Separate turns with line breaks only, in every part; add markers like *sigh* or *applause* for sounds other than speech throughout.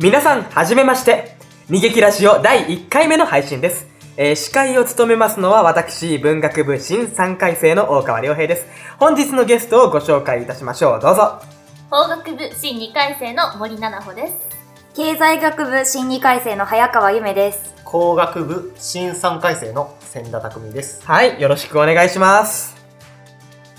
皆さん、はじめまして。逃げ切らしオ第1回目の配信です。えー司会を務めますのは私、文学部新3回生の大川良平です。本日のゲストをご紹介いたしましょう。どうぞ。
法学部新2回生の森七菜穂です。
経済学部新2回生の早川ゆめです。
工学部新3回生の千田匠です
はい、よろしくお願いします。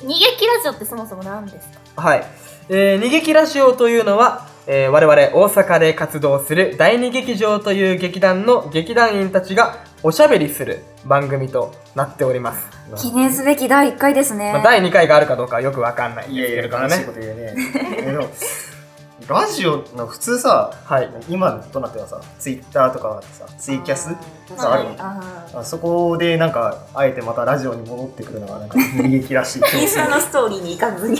逃げ切らしオってそもそも何ですか
はい。えー、逃げ切らしオというのは、えー我々大阪で活動する第二劇場という劇団の劇団員たちがおしゃべりする番組となっております。
記念すべき第1回ですね。
まあ、第2回があるかどうかはよくわかんないん
い
です
やい
けれ
や
ども
悲しい
ね
こ。と言うねえでもラジオの普通さ
はい。
今どうなってるのさツイッターとかあってさツイキャス
あー
さある
あ
あそこでなんかあえてまたラジオに戻ってくるのがなんか逃げ切らしい *laughs* インスタのストーリーに行かずに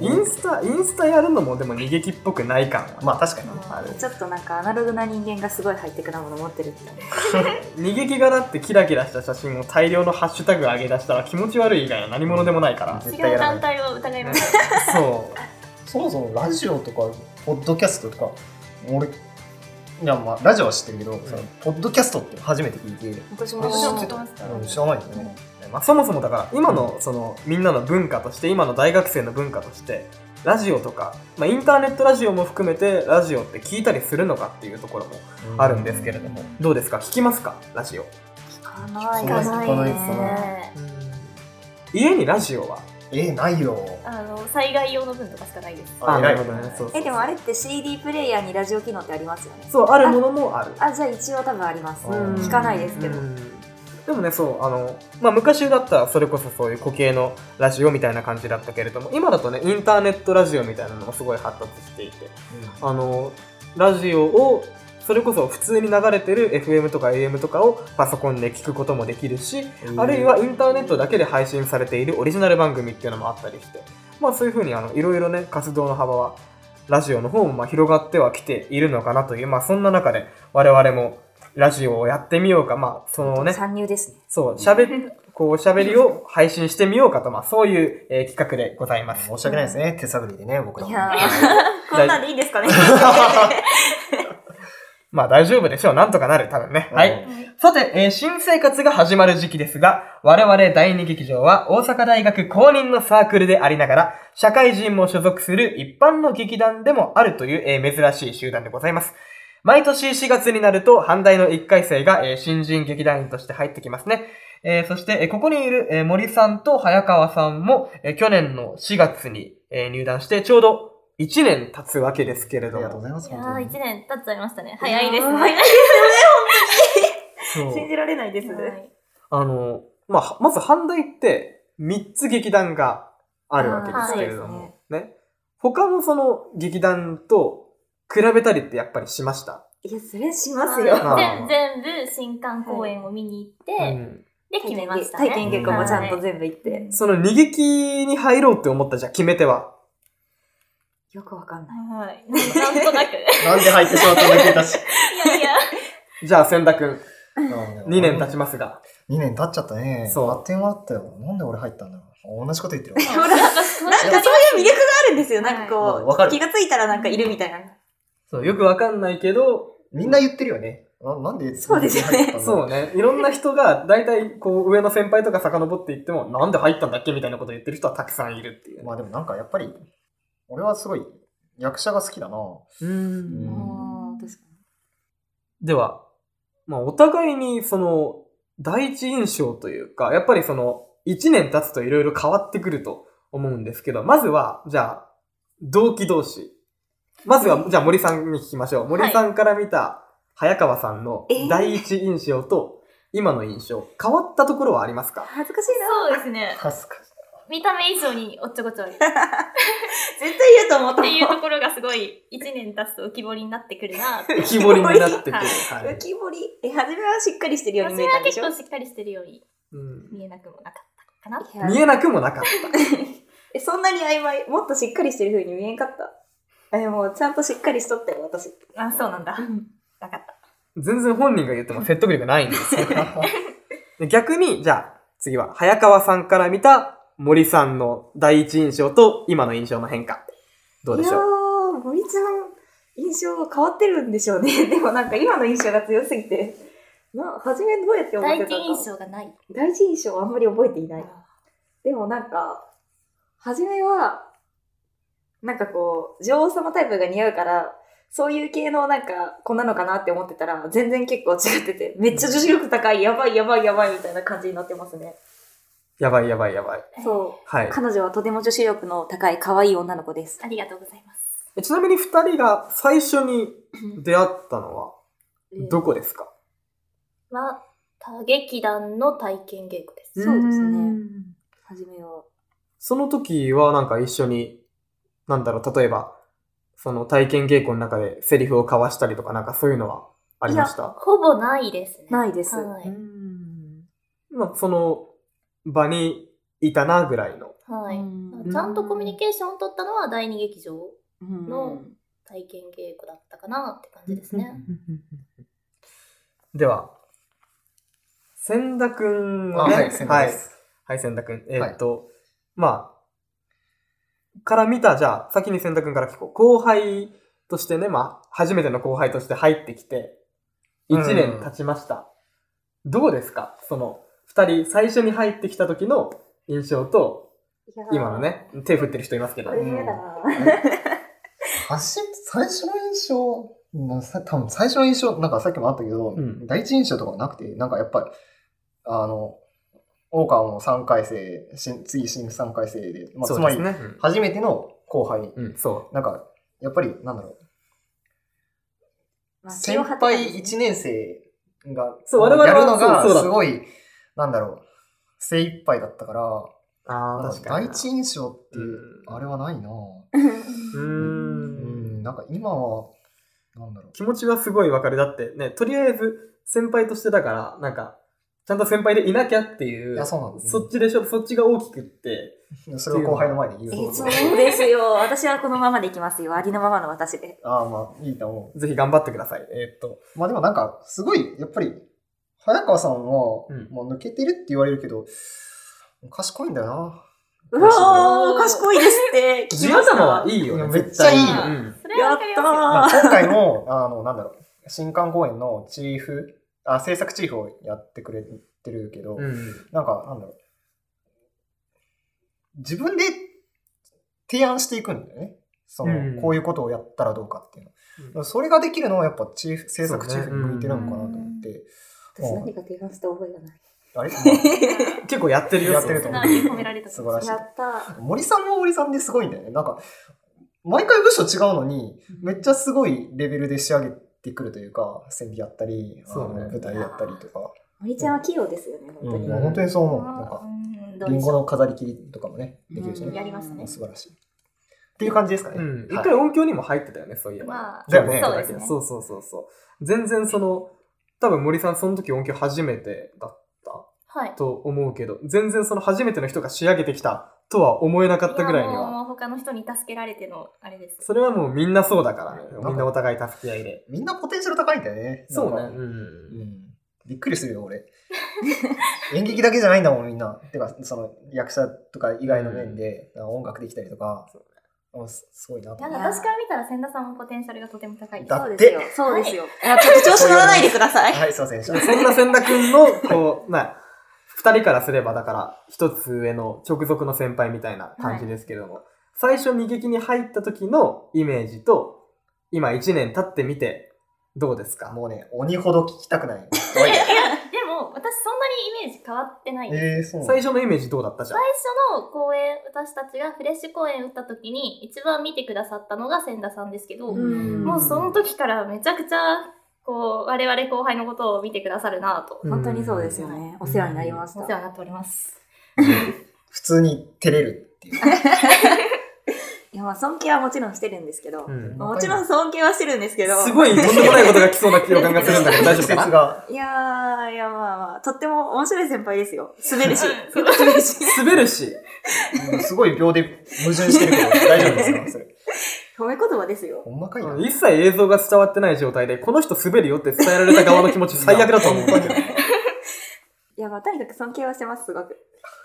インスタ、インスタやるのもでも逃げ気っぽくない感が。
まあ確かに
ーちょっとなんかアナログな人間がすごいハイテクなもの持ってるみたいな。
逃げ気がだってキラキラした写真を大量のハッシュタグ上げ出したら気持ち悪い以外は何者でもない
*laughs*
から。
絶
違
対
う
や
団
らない
体を疑います。
そ
そもそもラジオとかポッドキャストとか俺いやまあラジオは知ってるけど、そのポッドキャストって初めて聞いて
私
あ
も
知っ
思
て
ったた。
うん知らないよね、
う。そもそもだから今のそのみんなの文化として、今の大学生の文化として、ラジオとか、まあ、インターネットラジオも含めてラジオって聞いたりするのかっていうところもあるんですけれども、どうですか聞きますかラジオ。
聞かない
聞か
ね
ないですね
ね
家にラジオは
えないよ
あの、災害用の分とかしかないです。
あ
偉い
なるほどねそう
え、でもあれって CD プレイヤーにラジオ機能ってありますよね。
そう、あるものもある。
あ、じゃあ一応多分あります。
うん
聞かないですけど。
うんでもねそうあの、まあ、昔だったらそれこそそういう固形のラジオみたいな感じだったけれども今だとねインターネットラジオみたいなのがすごい発達していてあのラジオをそれこそ普通に流れてる FM とか AM とかをパソコンで聞くこともできるしあるいはインターネットだけで配信されているオリジナル番組っていうのもあったりして、まあ、そういうふうにあのいろいろね活動の幅はラジオの方もまあ広がってはきているのかなという、まあ、そんな中で我々もラジオをやってみようか、まあ、そのね
参入ですね。
そう喋こう喋りを配信してみようかと、まあ、そういう、えー企画でござい
*laughs*
ます。
申し訳ないですね手探りでね僕ら
い
も
や
こんなん
でいいんですかね
まあ大丈夫でしょう。なんとかなる、多分ね。
うん
はい。さて、えー新生活が始まる時期ですが、我々第二劇場は大阪大学公認のサークルでありながら、社会人も所属する一般の劇団でもあるという、えー珍しい集団でございます。毎年4月になると、阪大の1回生が、えー新人劇団員として入ってきますね。えーそして、えーここにいる、えー森さんと早川さんも、えー去年の4月に、えー入団して、ちょうど1年経つわけですけれ
あ
ど
りがとうご
も。
ざいます
いや
本当
ー、
に
1年経っちゃいましたね。早いですね。
いやー
はい
そう
じられないです
あの、まあ、まず阪大って3つ劇団があるわけですけれども、ね他のその劇団と比べたりってやっぱりしました。
いや、それしま
あ
すよ。
ー
全全部新刊公演を見に行って、
うん
で、決めましたね。
体験結果もちゃんと全部行って。
その逃げ気に入ろうって思ったじゃん、決め手は。
よくわかんない。
はい。なんとな
*laughs*
く。い
なんで入ってしまったんだけたし
やいや。
じゃあ、千田くん、2
2
年経ちますが。
2年経っちゃったね
そう
あっという間だったよなんで俺入ったんだろう同じこと言ってるわ
ほら、
なんかそういう魅力があるんですよ。なんか
はい
こ
わか
う、
る
気がついたらなんかいるみたいな。
そう、よくわかんないけど、
みんな言ってるよねななんで
そうですよね
入ったんだろ
そうね、いろんな人が、だいたいこう、上の先輩とか遡っていっても、なんで入ったんだっけみたいなことを言ってる人はたくさんいるっていう。
まあでもなんかやっぱり俺はすごい役者が好きだな
うん
あー確か
では、まあ、お互いにその第一印象というかやっぱりその1年経つといろいろ変わってくると思うんですけどまずはじゃあ同期同士まずはじゃあ森さんに聞きましょう森さんから見た早川さんの
えー
第一印象と今の印象変わったところはあります
*laughs*
か
恥ずかしい
そうですね。
恥ずかしい
見た目以上におっちょこちょい。っ
な。絶対言うと思った
ていうところがすごい、1年経つと浮き彫りになってくるなって。
浮き彫りになってくる、
はい
は
浮
い
き彫り。え、初めはしっかりして *laughs* るよう
初
に見え
め
た
は
んでし
結
ょ
構しっかりしてるように
うん
見えなくもなかったかな。
いや
見えなくもなかっ
え、そんなに曖昧。もっとしっかりしてる風に見えんかった。え、もうちゃんとしっかりしとったよ、私。
あ、そうなんだ。
わかった。
た全然本人が言っても説得力ないんですよで逆に、じゃあ、次は、早川さんから見た森さんの第一印象と今の印象の変化。どうでし
いや
ょう
ー、森ちゃん、印象が変わってるんでしょうね。 *laughs* でもなんか今の印象が強すぎて、な、初めどうやって思っ
第
て
一
たの
印象がない。
第一印象はあんまり覚えていない。でもなんか、初めは、なんかこう、女王様タイプが似合うから、そういう系のなんか、こんなのかなって思ってたら、全然結構違ってて、めっちゃ女子力高い、やばいやばいやばいみたいな感じになってますね。
やばいやばいやばい。
そう。
はい。
彼女はとても女子力の高い可愛い女の子です。
ありがとうございます。
えちなみに二人が最初に出会ったのは、どこですか
は、他劇団の体験稽古です。
そうですね
ん
はじめは。
その時はなんか一緒に、なんだろう、例えば、その体験稽古の中でセリフを交わしたりとか、なんかそういうのはありました
ほぼないですね。
ないです
はい。
まあ、その場にいたなぐらいの。
は
う
い。
ん
ちゃんとコミュニケーションを取ったのは第二劇場
の、
体験稽古だったかなって感じですね。
*laughs* では、千田くん
あ
はね、
はい、先輩です。
はい、千田くん。えーっと、まあ、から見た、じゃあ、先に千田くんから聞こう。後輩としてね、まあ、初めての後輩として入ってきて、
うん
1年経ちました。どうですかその、2人、最初に入ってきた時の印象と、今の。ね、手振ってる人いますけど
こ。れやだ。
初め最初の印象、なさ多分最初の印象、なんかさっきもあったけど、
うん
第一印象とかはなくて、なんかやっぱり、あの、大川も3回生、新次新3回生で、まあ、
そ
つ
う
ま
で
り
す、ね。
初めての後輩、
うん、うんそ
なんか、やっぱり、なんだろう、
まあ
先輩1年生が、
そう我々は
やるのが、
そうそうだ
すごい、なんだろう、精一杯だったから、
う。あ
な
あ、
ん
確
か
か
第
に。
一印象っていう、
うん
あれはないなぁ
うー。
うんん、なんか今は、なんだろう。
気持ちはすごいわかる。だってね、とりあえず先輩としてだから、なんか、ちゃんと先輩でいなきゃっていう、
いやそうなんです
そっちでしょ、そっちが大きくって。
それを後輩の前で言
*laughs* え
うの
そうですよ。私はこのままでいきますよ。ありのままの私で。
ああ、まあ、いいと思
ぜひ頑張ってください。えーっと、
う。まあでもなんか、すごい、やっぱり、早川さんは、
うん
もう抜けてるって言われるけど、賢いんだよな。
うわー、賢いですって。
地頭はいいよね。
いやめっちゃいいよ
絶対うん
それ
や
は
っ
わかり
た
ま
まあ
ー。
*laughs* 今回も、あの、なんだろう、新刊公演のチーフ、あ、制作チーフをやってくれてるけど、
うん。
なんか、なんだろう。自分で提案していくんだよね。その、
うん
こういうことをやったらどうかっていうの。
うん
それができるのはやっぱチーフ、制作チーフに向いてるのかなと思って。
私何か提案した覚えがない。
あれ、ま
すよ。
結構やってるよ。
やってると
素
思
直に褒められた
あ素晴らしい
や。った
森さんも森さんですごいんだよね。なんか、毎回部署違うのに、めっちゃすごいレベルで仕上げてくるというか、線美やったり、あ
そう
の
ね
舞台やったりとか。
森ちゃんは器用ですよね、本当
うん
に。
本当にそう思う。なんか、
うんどう
リ
で
ン
し
ゴ
ょう
の飾り切りとかもね、できるし
うんや
ね。
りましたね。
素晴らしい。っていう感じですかね。
うん。一
はい
回音響にも入ってたよね、そういえば。
まあ、
だよね
そうですね。
そうそうそうそう。全然その、多分森さんその時音響初めてだった
はい。
と思うけど、全然その初めての人が仕上げてきたとは思えなかったぐらいに
いや
は。
もう他の人に助けられてのあれです。
それはもうみんなそうだからね
なん。か
みんなお互い助け合いで。
みんなポテンシャル高いんだよね。
そう
な
ね
ん。か
う。
うんん。びっくりするよ、俺。 *laughs* 演劇だけじゃないんだもん、みんな。てか、その、役者とか以外の面で、なんか音楽できたりとか、うんすすごいなと
た
思
だ
う。
私から見たら千田さんもポテンシャルがとても高いです。
だ
そう
っ
です
て
よ。そうですよ。いやちょっと調子乗らないでください。
はい、すいませんでし
そ
た。
んな千田君の、こう、 *laughs* まあ、二人からすればだから、一つ上の直属の先輩みたいな感じですけども、最初二劇に入った時のイメージと、今一年経ってみて、どうですか
*laughs* もうね、鬼ほど聞きたくない。怖いよ
でも、私そんなにイメージ変わってないです。
*laughs* えー、そうなんだ
最初のイメージどうだったじゃん
最初の公演、私たちがフレッシュ公演打った時に、一番見てくださったのが千田さんですけど、
うん
もうその時からめちゃくちゃ、こう、我々後輩のことを見てくださるなぁと、
うん
本当にそうですよね。お世話になりまし
お世話
た。
になっております。
普通に照れるっていう。
いや、まあ尊敬はもちろんしてるんですけど、
うん
もちろん尊敬はしてるんですけど、
す
*laughs*
ごいとんでもないことが来そうな予感がするんだけど、大丈夫
季
か
*laughs*
な
節が。
いやー、いやまあまあ、とっても面白い先輩です *laughs* よ。滑るし。滑るし。
滑るし、
うんすごい秒で矛盾してるけど、大丈夫です
*laughs*
かそれ。
褒め言葉ですよ。
ほんまかいな。
一切映像が伝わってない状態で、この人滑るよって伝えられた側の気持ち最悪だと思う。
*laughs*
いやまあ、とにかく尊敬はしてます、すごく。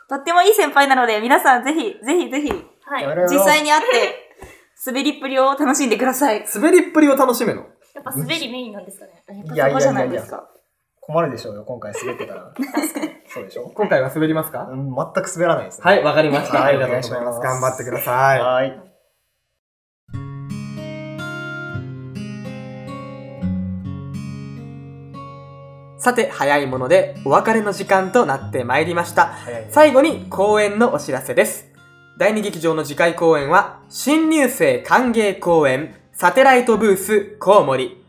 とってもいい先輩なので、皆さんぜひ、ぜひぜひ、
はい。
や
は
めろよ
実際に会って、滑りっぷりを楽しんでください。
滑りっぷりを楽しむの。
やっぱ滑りメインなんですかね。
やっぱ
いやいやいやいや
そこじゃないですか。
困るでしょうよ、今回滑ってたら。そうでしょ
今回は滑りますか、
うん全く滑らないですね。
はい、わかりました。
は
あ
い
りがとうございます。
お願いします
頑張ってください。
はい。
さて、早いものでお別れの時間となってまいりました。
早いね
最後に公演のお知らせです。第2劇場の次回公演は、新入生歓迎公演、サテライトブースコウモリ。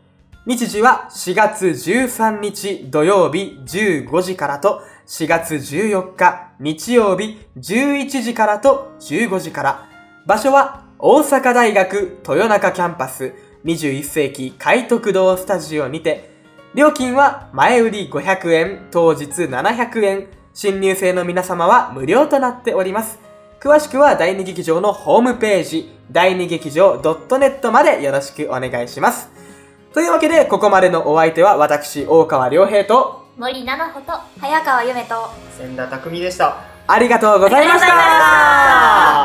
日時は4月13日土曜日15時からと、4月14日日曜日11時からと15時から。場所は大阪大学豊中キャンパス21世紀海徳堂スタジオにて、料金は前売り500円、当日700円、新入生の皆様は無料となっております。詳しくは第二劇場のホームページ、第二劇場 .net までよろしくお願いします。というわけで、ここまでのお相手は私、大川良平と、
森七穂と、
早川ゆめと。
千田匠でした。
ありがとうございました
ありがとうございました